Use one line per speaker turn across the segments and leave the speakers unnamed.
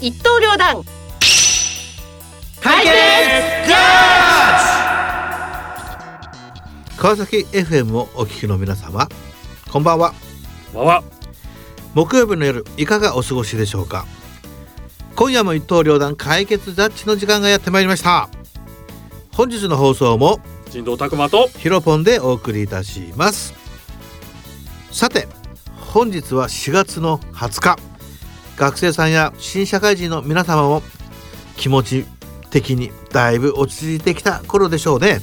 一刀両断
解決ジャ
川崎 FM をお聞きの皆様こんばんは
ーわわ
木曜日の夜いかがお過ごしでしょうか今夜も一刀両断解決ジャッジの時間がやってまいりました本日の放送も
人道拓磨と
ヒロポンでお送りいたしますさて本日は4月の20日学生さんや新社会人の皆様も気持ち的にだいぶ落ち着いてきた頃でしょうね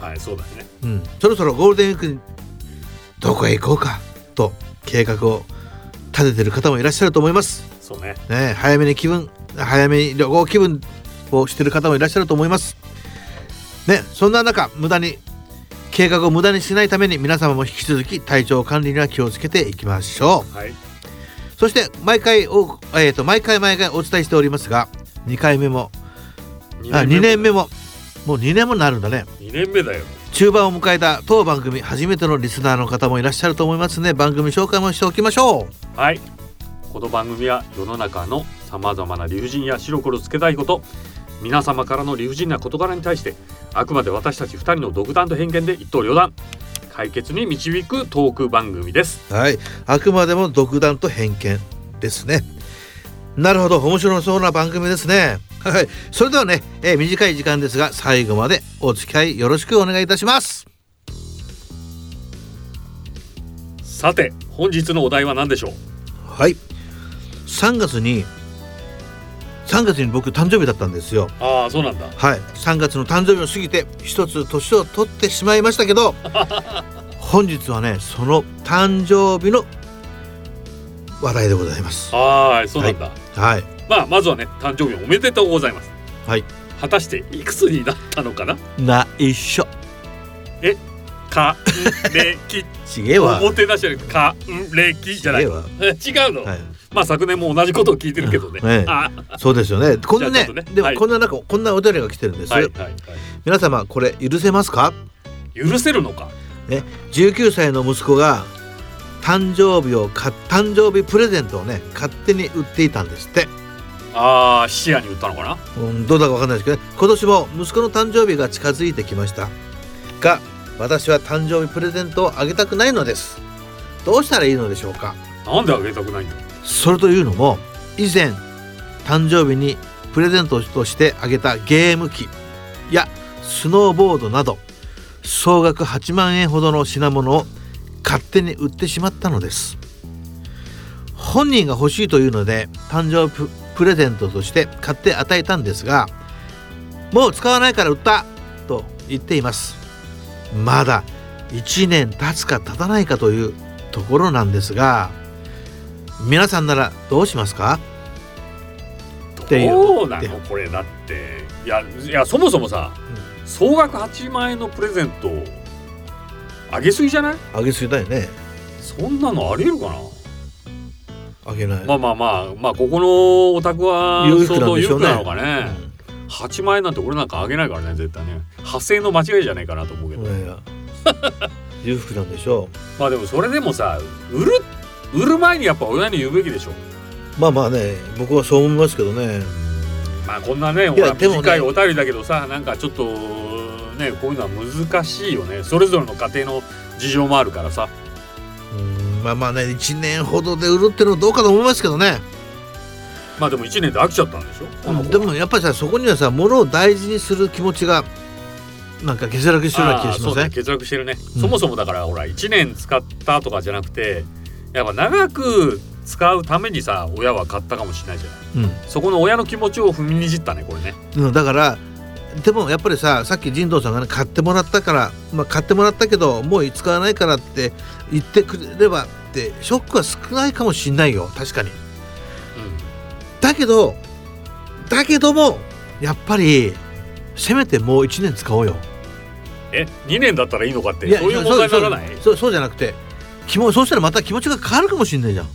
はいそうだね
うん、そろそろゴールデンウィークにどこへ行こうかと計画を立ててる方もいらっしゃると思います。
そうね
ねえ、早めに気分早めに旅行気分をしてる方もいらっしゃると思います。ね、そんな中無駄に計画を無駄にしないために皆様も引き続き体調管理には気をつけていきましょ
はい、
う。そして毎回お、えー、と毎回毎回お伝えしておりますが2回目も
二
あ2年目ももう2年もなるんだね。
二年目だよ
中盤を迎えた当番組初めてのリスナーの方もいらっしゃると思いますね番組紹介もしておきましょう
はいこの番組は世の中のさまざまな理不尽や白黒つけたいこと皆様からの理不尽な事柄に対してあくまで私たち二人の独断と偏見で一刀両断解決に導くトーク番組です
はいあくまでも独断と偏見ですねなるほど面白そうな番組ですねはいそれではね、えー短い時間ですが最後までお付き合いよろしくお願いいたします
さて本日のお題は何でしょう
はい3月に3月に僕誕生日だったんですよ
ああそうなんだ
はい、3月の誕生日を過ぎて一つ年を取ってしまいましたけ ど本日はねその誕生日の話題でございます
はいそうなんだ、
はい
まあまずはね誕生日おめでとうございます
はい
果たしていくつになったのかな
内緒
還暦
ちげえわ
おもてなしじゃなくて還暦じゃない
ち
違
げ
う
えわ
の、
はい、
まあ昨年も同じことを聞いてるけどね、
ええ
あ
そうですよねこんな
じ
ね
ゃあちょっとね
で
は
も
い
こんな中、こんなお便りが来てるんです、
はいはいはい
皆様これ許せますか
許せるのか
19歳の息子が誕生日をか誕生日プレゼントをね勝手に売っていたんですって
ああ視野に打ったのかな
うん、どうだかわかんないですけど、ね、今年も息子の誕生日が近づいてきましたが私は誕生日プレゼントをあげたくないのですどうしたらいいのでしょうか
なんであげたくないんだ
それというのも以前誕生日にプレゼントとしてあげたゲーム機やスノーボードなど総額8万円ほどの品物を勝手に売ってしまったのです本人が欲しいというので誕生日プレゼントとして買って与えたんですがもう使わないから売ったと言っていますまだ1年経つか経たないかというところなんですが皆さんならどうしますかていう
どうなの
で
これだっていやいやそもそもさ、総額8万円のプレゼントをあげすぎじゃない
あげすぎだよね
そんなのありえるかな
あげない、
まあまあまあまあここのお宅は
裕福なん
相当
で
裕
しょ
福
うね
なのかね
うん
8万円なんて俺なんかあげないからね絶対ね派生の間違いじゃないかなと思うけど、
いやい や裕福なんでしょ
まあでもそれでもさ売る売る前にやっぱ親に言うべきでしょ
うまあまあね僕はそう思いますけどね
まあこんなねほら
でもね
短いお便りだけどさなんかちょっとねこういうのは難しいよねそれぞれの家庭の事情もあるからさ
うんまあまあね1年ほどで売るってのはどうかと思いますけどね
まあでも1年で飽きちゃったんでしょこの子
でもやっぱりさそこにはさ物を大事にする気持ちがなんか欠落してるような気がし
あーそ
ま
う
せ
ね
ん
欠落してるね、
うん
そもそもだからほら1年使ったとかじゃなくてやっぱ長く使うためにさ親は買ったかもしれないじゃないそこの親の気持ちを踏みにじったねこれね
うん、うんだからでもやっぱりささっき神道さんがね買ってもらったから、まあ、買ってもらったけどもう使わないからって言ってくれればってショックは少ないかもしんないよ確かにだけどだけどもやっぱりせめてもう1年使おうよ
え2年だったらいいのかって
や
そういう問題にならない
そうそうそうじゃなくて気もそうしたらまた気持ちが変わるかもしれないじゃん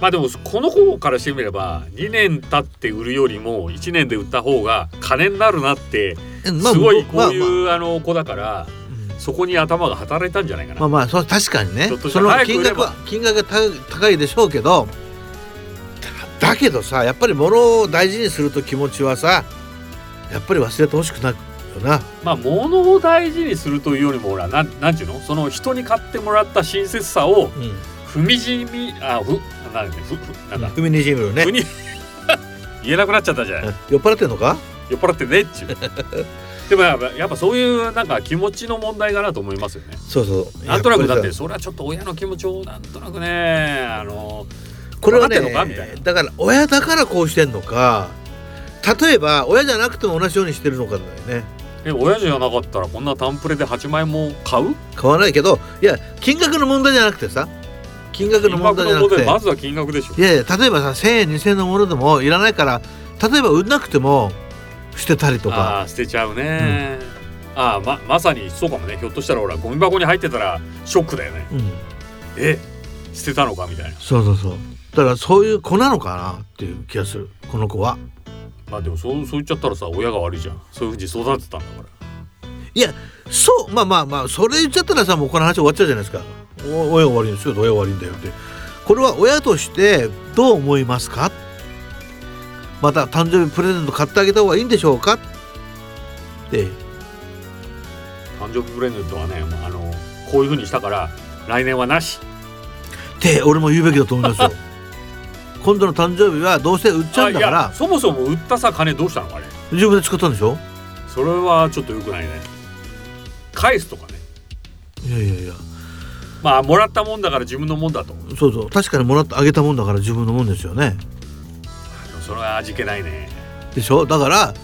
まあでもこの子からしてみれば2年経って売るよりも1年で売った方が金になるなって
えます
ごいこういう、
まあまあ
あの子だから
うん
そこに頭が働いたんじゃないかな、
まあまあそう確かにね
ちょっとした
その
早く
金
売れ
額
ば
は金額が高い高いでしょうけどだだけどさやっぱり物を大事にすると気持ちはさやっぱり忘れてほしくないよな
まあ物を大事にするというよりもほらなんなんていうのその人に買ってもらった親切さを
うん
踏みじみあふなんだっけふふなんだ、
踏みにじむよね
ふに 言えなくなっちゃったじゃない
酔っ払ってんのか
酔っ払ってねっちゅうでもやっぱやっぱそういうなんか気持ちの問題かなと思いますよね
そうそう
なんとなくだって
やぱ
それはちょっと親の気持ちをなんとなくねあの
りさこれはね
分かってんのかみたいな
だから親だからこうしてんのか例えば親じゃなくても同じようにしてるのかだよね
え親じゃなかったらこんなタンプレで8万円も買う
買わないけどいや金額の問題じゃなくてさ金額の問題じゃなくて
まずは金額でしょ
いやいや例えばさ1,000円2,000円のものでもいらないから例えば売んなくても捨てたりと
あ
か
あ捨てちゃうね、ああままさにそうかもねひょっとしたらほらゴミ箱に入ってたらショックだよね
うん
え捨てたのかみたいな
そうそうそうだからそういう子なのかなっていう気がするこの子は
まあでもそうそう言っちゃったらさ親が悪いじゃんそういうふうに育てたんだから
そうまあまあまあそれ言っちゃったらさもうこの話終わっちゃうじゃないですかお親が悪いんですよ親が悪いんだよってこれは親としてどう思いますかまた誕生日プレゼント買ってあげた方がいいんでしょうかって
誕生日プレゼントはねもうあのこういうふうにしたから来年はなし
って俺も言うべきだと思いますよ今度の誕生日はどうせ売っちゃうんだか
あいや
ら
そもそも売ったさ金どうしたのあれ
自分で使ったんでしょ
それはちょっとよくないね返すとかね
いやいやいや
まあもらったもんだから自分のもんだと
そうそう確かにもらってあげたもんだから自分のもんですよね
それは味気ないね
でしょだから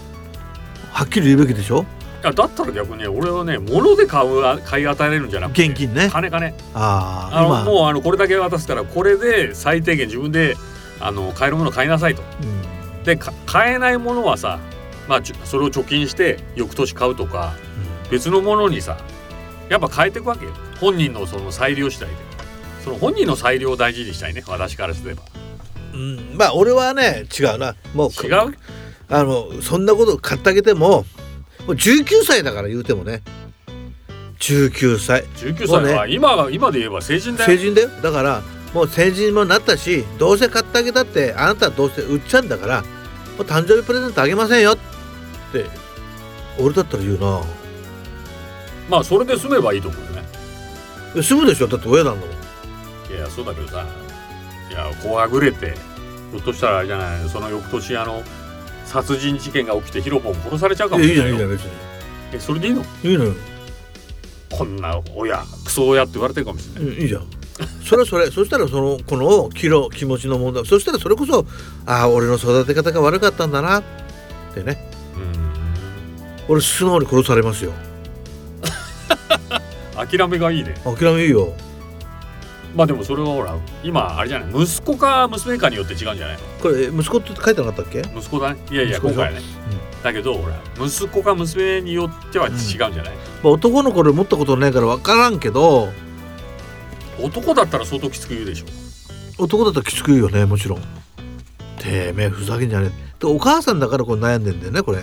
はっきり言うべきでしょ
いやだったら逆にね俺はね物で買うあ買い与えれるんじゃなくて
現金ね
金金
あ
あ
あ
の
今
もうあのこれだけ渡すからこれで最低限自分であの買えるもの買いなさいと
うん
でか買えないものはさまあちょそれを貯金して翌年買うとか別のものにさやっぱ変えていくわけよ本人のその裁量次第でその本人の裁量を大事にしたいね私からすれば
うん、うんまあ俺はね違うなもう
違う
あのそんなこと買ってあげてももう19歳だから言うてもね19歳
19
そう
歳
ね
は今は今で言えば成人だ
成
よ
人だよだからもう成人もなったしどうせ買ってあげたってあなたはどうせ売っちゃうんだからもう誕生日プレゼントあげませんよって俺だったら言うな
まあそれで済めばいいと思うよね
え済むでしょだって親なんだもん
いやそうだけどさいやこうはぐれてひょっとしたらあれじゃないその翌年あの殺人事件が起きてヒロポン殺されちゃうかも
え
し
いいじ
れ
ゃ
なん
い
い
いじゃん
よ
別に
えそれでいいの
いいのよ、
こんな親クソ親って言われてるかもしれない
うんいいじゃんそれはそれ そしたらそのこの気の気持ちの問題そしたらそれこそああ俺の育て方が悪かったんだなってね
うん
俺素直に殺されますよ
諦めがいいね
諦めいいよ
まあでもそれはほら今あれじゃない息子か娘かによって違うんじゃない
これえ息子って書いてなかったっけ
息子だねいやいや
息子
今
でしょ
回はね、だけどほら息子か娘によっては違うんじゃない、
まあ男の子で持ったことないから分からんけど
男だったら相当きつく言うでしょ
男だったらきつく言うよねもちろんてめえふざけんじゃねえでお母さんだからこれ悩んでんだよねこれ、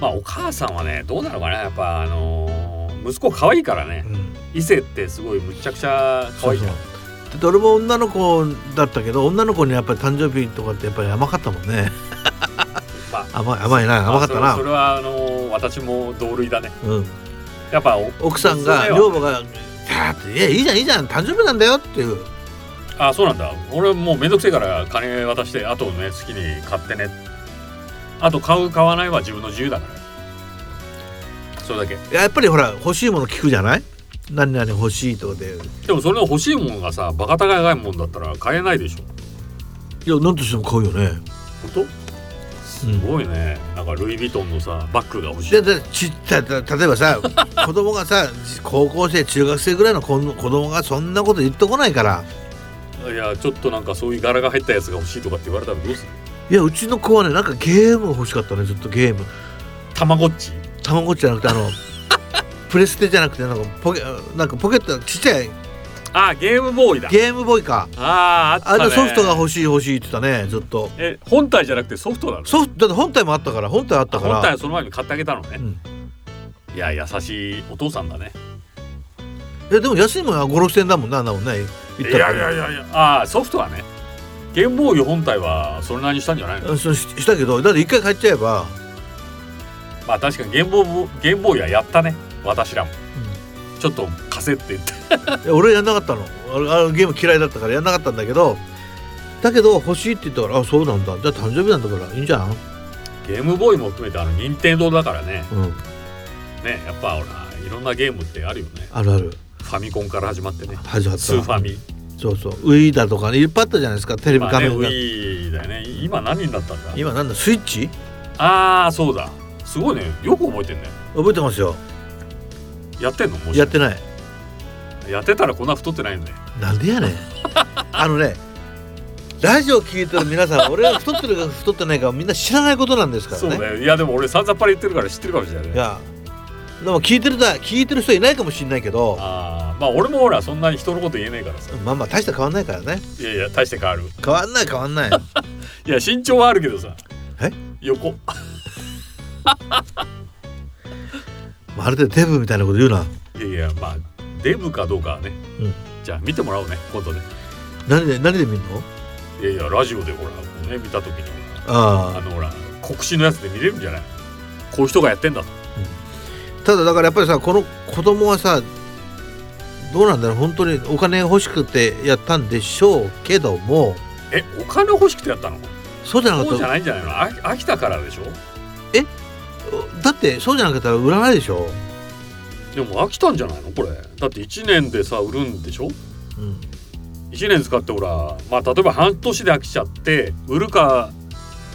まあお母さんはねどうなのかなやっぱあのー息子可愛いからね
うん、
伊勢ってすごいむちゃくちゃ可愛いじゃん
そうそうで俺も女の子だったけど女の子にやっぱり誕生日とかってやっぱり甘かったもんね
まあ
甘い甘いな甘かった
まあ
な
それそれはあのー私も同類だね
うん、
やっぱお
奥さんが
娘は
女房が「だっていやいいじゃんいいじゃん誕生日なんだよ」っていう
あそうなんだ俺もうめんどくせえから金渡してあとね好きに買ってねあと買う買わないは自分の自由だからそれだけ
やっぱりほら欲しいもの聞くじゃない何々欲しいとかで「
でもそれの欲しいものがさバカ高いもんだったら買えないでしょ
いや何としても買うよね
本当すごいね、なんかルイ・ヴィトンのさバッグが欲」し
で
い
でちたた例えば さ子供がさ高校生中学生ぐらいの子の子供がそんなこと言ってこないから
いやちょっとなんかそういう柄が入ったやつが欲しいとかって言われたらどうする
いやうちの子はねなんかゲーム欲しかったねずっとゲーム
たまごっち
たまごっちじゃなくてあ のプレステじゃなくてなんかポケなんかポケットちっちゃい
あゲームボーイだ
ゲームボーイか
あーあ
あ
った、ね、
れソフトが欲しい欲しいって言ってたねずっと
え本体じゃなくてソフトなの
ソフトだって本体もあったから本体あった
あ
か
本
ら
体はその前に買ってあげたのね、
うん
いや優しいお父さんだね
えでも安いもんは5 6千円だもんなあんなもんね
い
言
や
っ
い
たら
やいやいやああソフトはねゲームボーイ本体はそれなりにしたんじゃないの、
うんそうししたけどだって一回買っちゃえば、
まあ確かにゲームボーイゲームボーイはやったね私らもちょっと稼って言って
いや俺やんなかったのあれあのゲーム嫌いだったからやんなかったんだけどだけど欲しいって言ったからあそうなんだじゃあ誕生日なんだからいいんじゃん、
ゲームボーイも含めてあの任天堂だからね
うん、
ねやっぱほらいろんなゲームってあるよね
あるある
ファミコンから始まってね
始まった
スーファミ
そうそうウィーだとかねいっぱいあったじゃないですかテレビ
まあ
画
ね
面が、
ウィーだよね今何になったんだ
今なんだスイッチ
ああそうだすごいねよく覚えてんね
覚えてますよ
やってんのもし
やってない
やってたらこんな太ってないよね
なんでや ねんあのねラジオ聞いてる皆さん俺が太ってるか太ってないかみんな知らないことなんですから
そう
ね
ねいやでも俺さんざっぱら言ってるから知ってるかもしれない
い
ね
やでも聞いてるだ聞いてる人いないかもしれないけど
あーまあ俺もほらそんなに人のこと言えねえからさ
まあまあ大した変わんないからね
いやいや大して変わる
変わんない変わんない
いや身長はあるけどさ
え
横
まるでデブみたいなこと言うない
やいやまあデブかどうかはね、
うん
じゃあ見てもらおうね今度ね
何で何で見るの
いやいやラジオでほらこうね見た時にほらあ
ああ
のほら国士のやつで見れるんじゃないこういう人がやってんだと
ただだからやっぱりさこの子供はさどうなんだろう本当にお金が欲しくてやったんでしょうけども
えお金欲しくてやったの
そうじゃなか
そう
っ
じ
た
ゃ
ら
ないんじゃないのあ飽きたからでしょ
だってそうじゃなかったら売らないでしょ、
でも飽きたんじゃないのこれだって1年でさ売るんでしょ
うん、
1年使ってほらまあ例えば半年で飽きちゃって売るか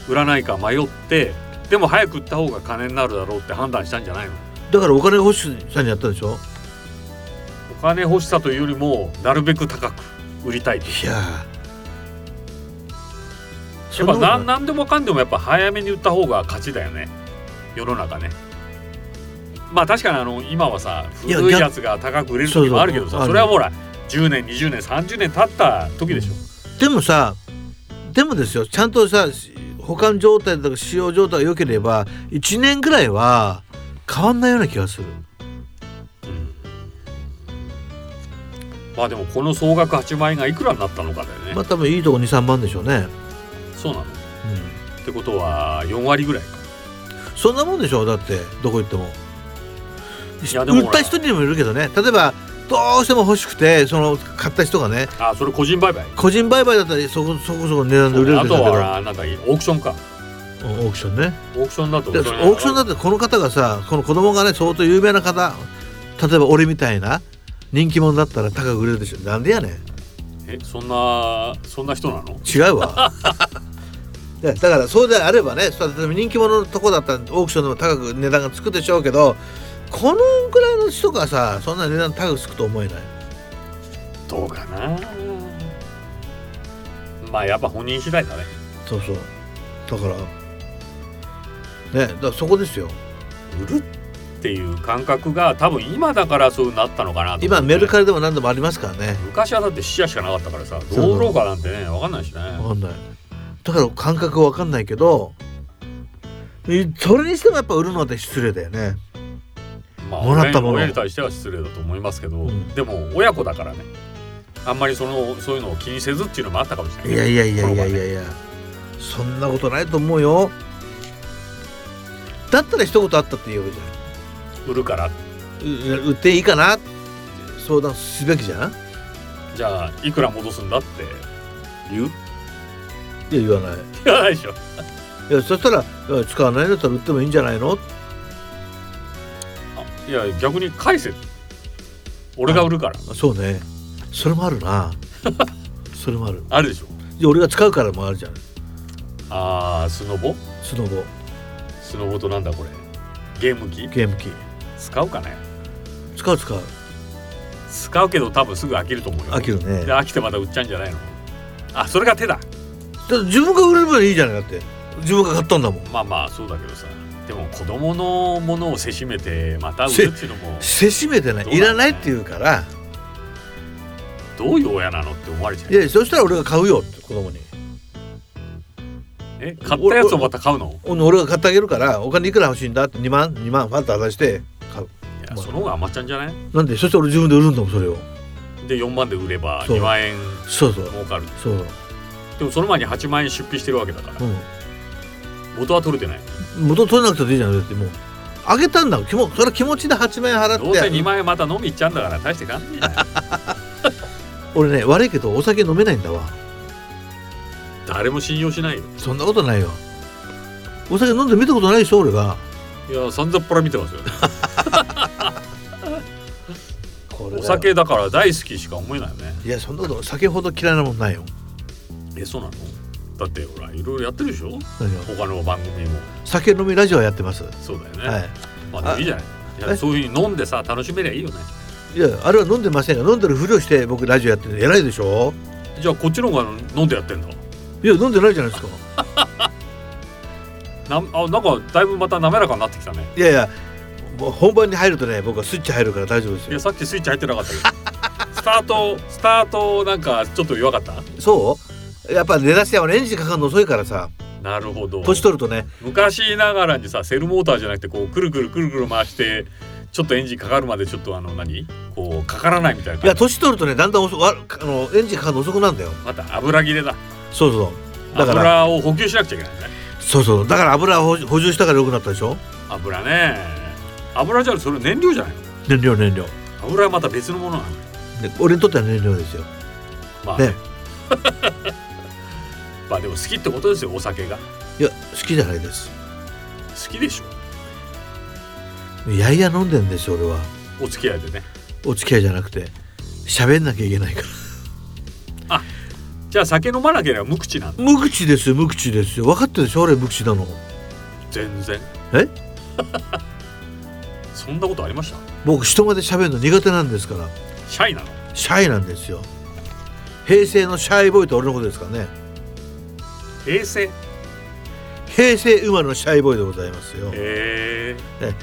売らないか迷ってでも早く売った方が金になるだろうって判断したんじゃないの
だからお金欲しさにやったんでしょ
お金欲しさというよりもなるべく高く売りたいと
いやー
やっぱ
そんなこと
何何でもかんでもやっぱ早めに売った方が勝ちだよね世の中ねまあ確かにあの今はさ
いや
古いやつが高く売れる
そう
時
そう
もあるけ
あ
ど
る
さそれはほら10年20年30年経った時でしょ
でもさでもですよちゃんとさ保管状態とか使用状態が良ければ1年ぐらいは変わんないような気がする
うんまあでもこの総額8万円がいくらになったのかだよね、
まあ多分いいとこ23万でしょうね、
そうなのっ
う
てことは4割ぐらいか
ん、そんなもんでしょうだってどこ行っても
いやでもほ
売
ら
った人にもいるけどね例えばどうしても欲しくてその買った人がね
あそれ個人売買
個人売買だったらそこそこそこ値段で売れる
あ
でしょ
と
うけど
はなんだっけオークションか
うんオークションね
オークションだと
でオ
それ
ークションだってこの方がさこの子供がね相当有名な方例えば俺みたいな人気者だったら高く売れるでしょなんでやねん
えそんなそんな人なの
違うわ ねだからそうであればねそう例えば人気者のとこだったらオークションでも高く値段がつくでしょうけどこのぐらいの人がさそんな値段高くつくと思えない
どうかなまあやっぱ本人次第だね
そうそうだからねだからそこですよ
売るっていう感覚が多分今だからそうなったのかなと思
今
って
メルカリでも何でもありますからね
昔はだって視野しかなかったからさ
そう
どう売ろうかなんてね分かんないしね
わかんないだから感覚わかんないけどいそれにしてもやっぱ売るのって失礼だよね
まあ、
もらったもの
親に対しては失礼だと思いますけど、
うん
でも親子だからねあんまりそのそういうのを気にせずっていうのもあったかもしれない
いやいやいやいやいやいやそんなことないと思うよだったら一言あったって言えばいいじ
売るから
ゃんう売っていいかなって相談すべきじゃんい
じゃあいくら戻すんだって言う
や言わない
言わないでしょ
いやそしたらいや使わないんだったら売ってもいいんじゃないの
あいや逆に返せ俺が売るから
あそうねそれもあるなそれもある
あるでしょ
いや俺が使うからもあるじゃん
あースノボ
スノボ
スノボとなんだこれゲーム機
ゲーム機
使うかね
使う使う
使うけど多分すぐ飽きると思うよ
飽きるね
で飽きてまた売っちゃうんじゃないのあそれが手だ
だって自分が売れればいいじゃないだって自分が買ったんだもん
まあまあそうだけどさでも子供のものをせしめてまた売るっていうのも
せしめてな
どうなんだ
い
ろう
いらないって言うから
どういう親なのって思われちゃ
いうやそしたら俺が買うよって子供に
え買ったやつをまた買うの
ほんで俺が買ってあげるからお金いくら欲しいんだって2万2万ファンと渡して買う
いやその方が余っちゃうんじゃない
なんでそして俺自分で売るんだもんそれを
で4万で売れば
そう
2万円
そうそう
儲かる
そう
でもその前に8万円出費してるわけだから元は取れてない
うん、元取れなくていいじゃないだってもうあげたんだもん気もそれは気持ちで8万円払って
どうせ2万円また飲み行っちゃうんだから大してかんねえ じゃん
俺ね悪いけどお酒飲めないんだわ
誰も信用しないよ
そんなことないよお酒飲んで見たことないでしょ俺が
いやさんざっぱら見てますよね
こ
お酒だから大好きしか思えないよね
いやそんなこと酒ほど嫌いなもんないよ
えそうなのだってほらいろいろやってるでしょ
何が
他の番組も
酒飲みラジオやってます、
そうだよね、
は
まあでもいいじゃないいや
え
そういうふうに飲んでさ楽しめりゃいいよね
いいやあれは飲んでませんが飲んでるふりをして僕ラジオやってるの偉いでしょ
じゃあこっちの方が飲んでやってんだ
いや飲んでないじゃないですか
なあなんかだいぶまた滑らかになってきたね
いやいやもう本番に入るとね僕はスイッチ入るから大丈夫です
いや
よ
さっきスイッチ入ってな かったけどスタートスタートなんかちょっと弱かった
そうやっぱ出だしはねエンジンかかるの遅いからさ
なるほど
年取るとね
昔ながらにさセルモーターじゃなくてこうくるくるくるくる回してちょっとエンジンかかるまでちょっとあの何こうかからないみたいない
や年取るとねだんだん遅わあのエンジンかかるの遅くなんだよ
また油切れだ
そうそうだから
油を補給しなくちゃいけないね
そうそうだから油を補充補充したから良くなったでしょ
油ね油じゃそれ燃料じゃないの
燃料燃料
油はまた別のものなの
で俺にとっては燃料ですよ
まあ、
ね
まあでも好きってことですよお酒が
いや好きじゃないです
好きでしょ
いやいや飲んでんですよ俺は
お付き合いでね
お付き合いじゃなくて喋んなきゃいけないから
じゃあ酒飲まなければ無口なんだ
無口ですよ無口ですよ分かってるでしょ俺無口なの
全然
え
そんなことありました
僕人まで喋るの苦手なんですから
シャイなの
シャイなんですよ平成のシャイボーイって俺のことですからね
平成へ
平成生まれのシャイボーイでございますよ、え
え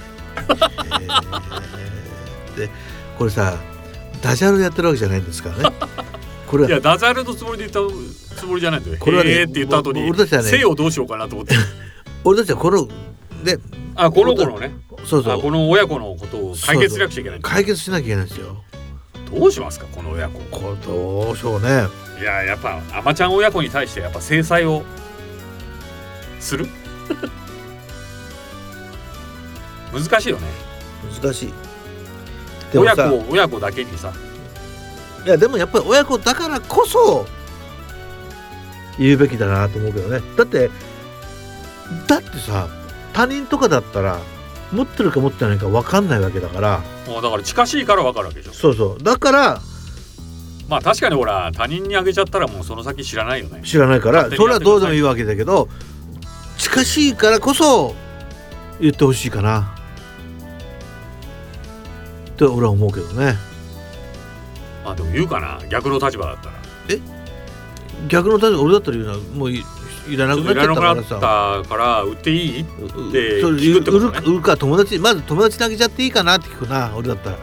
ーでこれさダジャレでやってるわけじゃないんですからねこれ
い
は
やダジャレのつもりで言ったつもりじゃないんだよ
これはね
へえって言った後に
俺たちはね
せよどうしようかなと 思って
俺たちはこので
あこの子のね
そう
あ
そ
こ
う
の親子のことを解決しなくちゃいけない
解決しなきゃいけないんですよ
どうしますかこの親子
これどうしようね
いややっぱアマちゃん親子に対してやっぱ制裁をする 難しいよね
難しいでも
親子
さ
を親子だけにさ
いやでもやっぱり親子だからこそ言うべきだなと思うけどねだってだってさ他人とかだったら持ってるか持ってないか分かんないわけだから
もうだから近しいから分かるわけでしょ
そうそうだから
まあ確かにほら他人にあげちゃったらもうその先知らないよね
知らないから
勝手に
それ
や
は
ってください
どうでもいいわけだけど近しいからこそ言ってほしいかなって俺は思うけどね
まあでも言うかな逆の立場だったら
逆の立場俺だったら言うのはもういいらな
ちょ
く
っ
な
と
っ
い
ちゃ
ら
った
なく
か
な
ら
った
さ
から売っていいて
それ
聞くってことね
売る売るか友達まず友達にあげちゃっていいかなって聞くな俺だったら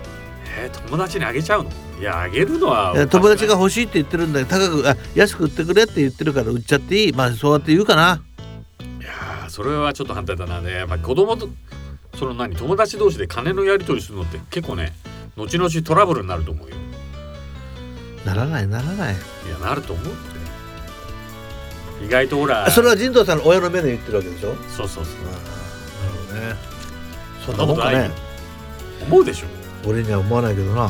えー友達にあげちゃうのいやあげるのはお
え
かしくない
友達が欲しいって言ってるんだけど高くあ安く売ってくれって言ってるから売っちゃっていいまあそうやって言うかない
やーそれはちょっと反対だなねやっぱ子供とその何友達同士で金のやり取りするのって結構ね後々トラブルになると思うよ
ならないならない
いやなると思うって意外とほら
それは神道さんの親の目で言ってるわけでしょ
そうそうそう
ああなるほどねそん
ん
な
な
もん
こと
か
ない
ね
思うでしょ
俺には思わないけどな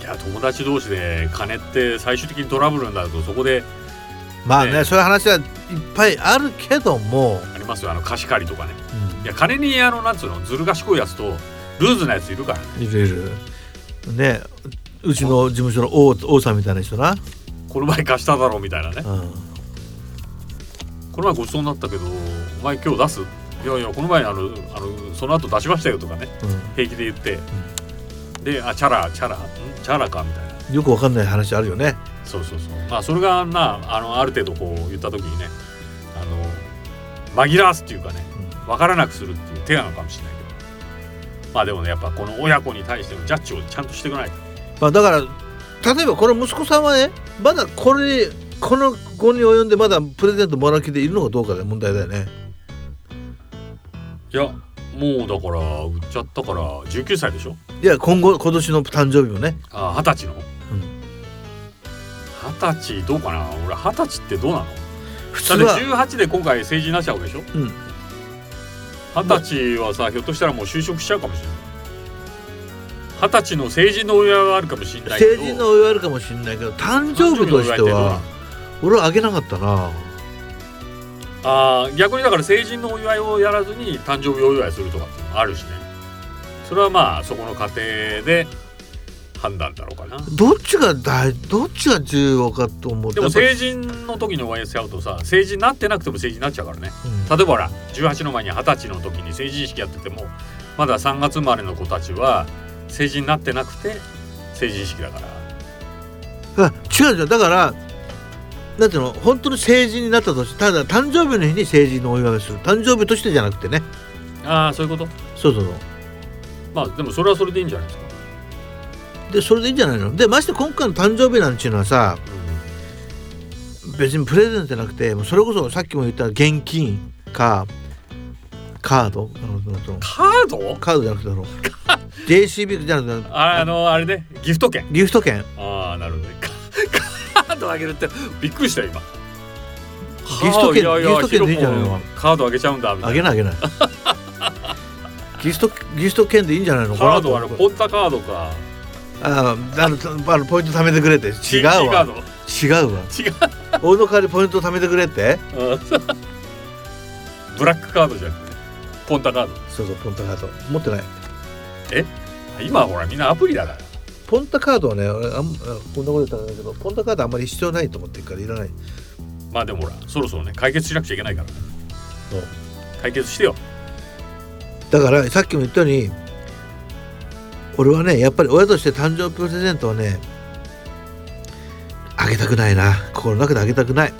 い
や友達同士で金って最終的にトラブルになるとそこで
まあね
ね
そういう話はいっぱいあるけども、
ありますよあの貸し借りとかね
うん
いや金にあのなんつうのずる賢いやつとルーズなやついるからね
いろいろねうちの事務所の王王さんみたいな人な、
この前貸しただろうみたいなね
うん、
この前ごちそうになったけどお前今日出すいやいやこの前あのあのその後出しましたよとかね平気で言って、であチャラチャラんチャラかみたいな
うん、よくわかんない話あるよね
そうそうそうまあそれがなあのある程度こう言った時にねあの紛らわすっていうかね分からなくするっていう手なのかもしれないけどまあでもねやっぱこの親子に対してのジャッジをちゃんとしていかないと
まあ、だから例えばこの息子さんはねまだこれこの後に及んでまだプレゼントもらう気でいるのかどうかで問題だよね
いやもうだから売っちゃったから19歳でしょ
いや今後今年の誕生日もね
あ二十歳の
ん
二二十歳どうかな俺二十歳ってどうなの
普通
だって
は
18で今回成人になっちゃうわけでしょ
うん
二十歳はさひょっとしたらもう就職しちゃうかもしれない二十歳の成人のお祝いはあるかもしれないけど
成人のお祝いあるかもしれないけど誕生日としては俺はあげなかったな
あー逆にだから成人のお祝いをやらずに誕生日お祝いするとかっていうのもあるしねそれはまあそこの家庭で判断だろうかな
どっちが大どっちが重要かと思って
でも
やっ
成人の時にお会いしちゃうとさ成人になってなくても成人になっちゃうからね
ぱうん
例えばほら18の前に二十歳の時に成人式やっててもまだ3月生まれの子たちは成人になってなくて成人式だから
あ違う違うだからなんていうの本当に成人になったとしてただ誕生日の日に成人のお祝いをする誕生日としてじゃなくてね
ああそういうこと
そうそうそう
まあでもそれはそれでいいんじゃないですか、
でそれでいいんじゃないのでまして今回の誕生日なんていうのはさ別にプレゼントじゃなくてもうそれこそさっきも言った現金かカードなるほどなるほど
カード
カードじゃなく てだろう JCB じゃなくて
ああのあれねギフト券
ギフト券
ああなるほどね カカードあげるってびっくりしたよ今
ギフト券
はあいやいや
ギフト券でいいんじゃないの
ヒロもカードあげちゃうんだみた
あ
い
げ
な
ないあげないギフトギフト券でいいんじゃないのかな
カードはあれポ
と
ンタカードか
ああのあのポイント貯めてくれって違う
カー
わ
ド
違うわ
違う
俺の代わりポイント貯めてくれって
ブラックカードじゃなくてポンタカード
そうそうポンタカード持ってない
今ほらみんなアプリだから
ポンタカードはね俺あんあこんなこと言ったらあれだけどポンタカードあんまり必要ないと思ってるからいらない
まあでもほらそろそろね解決しなくちゃいけないからね
そう
解決してよ
だからさっきも言ったように俺はねやっぱり親として誕生日プレゼントはねあげたくないな心の中であげたくない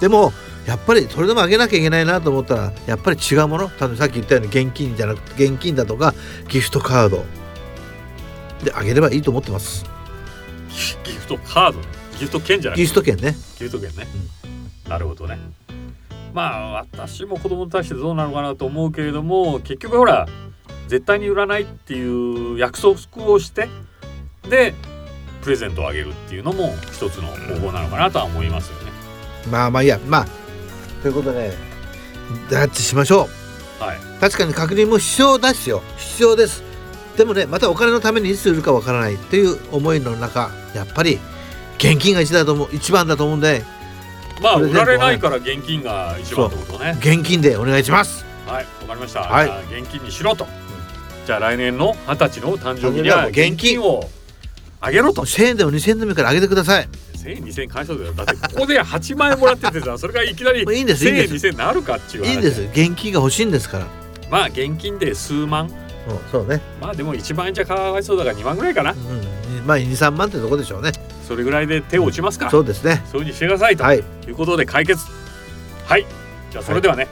でもやっぱりそれでもあげなきゃいけないなと思ったらやっぱり違うもの多分さっき言ったように現金じゃなくて現金だとかギフトカードであげればいいと思ってます
ギフトカードねギフト券じゃなくて
ギフト券ね
ギフト券ね、なるほどねまあ私も子供に対してどうなのかなと思うけれども結局ほら絶対に売らないっていう約束をしてでプレゼントをあげるっていうのも一つの方法なのかなとは思いますよね、
まあまあいいやまあということでダッチしましょう
はい
確かに確認も必要ですよ必要ですでもねまたお金のためにいつ売るかわからないという思いの中やっぱり現金が一だと思う一番だと思うんで
まあ
プレゼン
売
トは
られないから現金が一番ってことね
現金でお願いします
はいわかりました、
はい
じゃあ現金にしろと、じゃあ来年の二十歳の誕生日
誕生日に
には
はもう
現
現金
金をあげろと
1000円でも2000円でもいいから上げてください
1000円2000円返しただよだってここで8万円もらっててさそれがいきなり
もういいんですいいん
1000円
です
2000円なるかっていう話
いいんです現金が欲しいんですから
まあ現金で数万
うんそうね、
まあでも1万円じゃかわいそうだから2万ぐらいかな
うん、まあ23万ってとこでしょうね
それぐらいで手を打ちますか
そうですね
そういうふうにしてくださいと
はい
いうことで解決はいじゃあそれではね、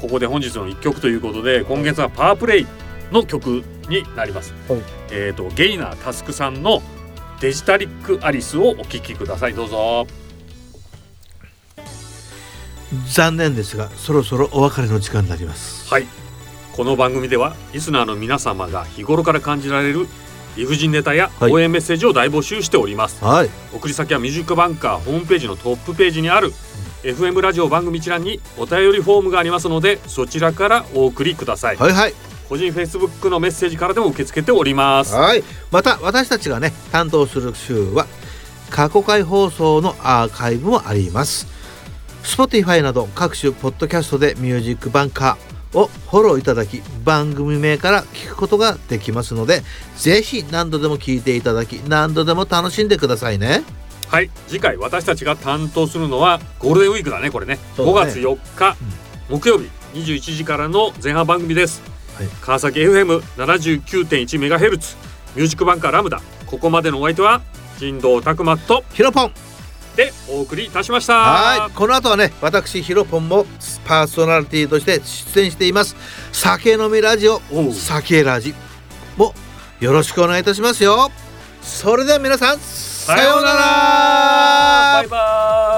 ここで本日の1曲ということで今月はパワープレイの曲になります、
はい
えっ、とゲイナータスクさんのデジタリックアリスをお聴きくださいどうぞ
残念ですがそろそろお別れの時間になります
はいこの番組ではリスナーの皆様が日頃から感じられる理不尽ネタや
はい
応援メッセージを大募集しております、
はい
送り先はミュージックバンカーホームページのトップページにある FM ラジオ番組一覧にお便りフォームがありますのでそちらからお送りください、
はいはい
個人 Facebook のメッセージからでも受け付けております
はい、また私たちがね担当する週は過去回放送のアーカイブもあります Spotify など各種ポッドキャストで「ミュージックバンカー」をフォローいただき番組名から聞くことができますのでぜひ何度でも聞いていただき何度でも楽しんでくださいね
はい次回私たちが担当するのはゴールデンウィークだねこれね
そうだ
5
ね
月4日、木曜日21時からの前半番組です、
はい
川崎 FM79.1 メガヘルツミュージックバンカーラムダここまでのお相手は神道拓磨と
ヒロポン
でお送りいたしました
はいこの後はね私ヒロポンもパーソナリティとして出演しています「酒飲みラジオ
おう
酒ラジもよろしくお願いいたしますよそれでは皆さんさようなら
バイバイ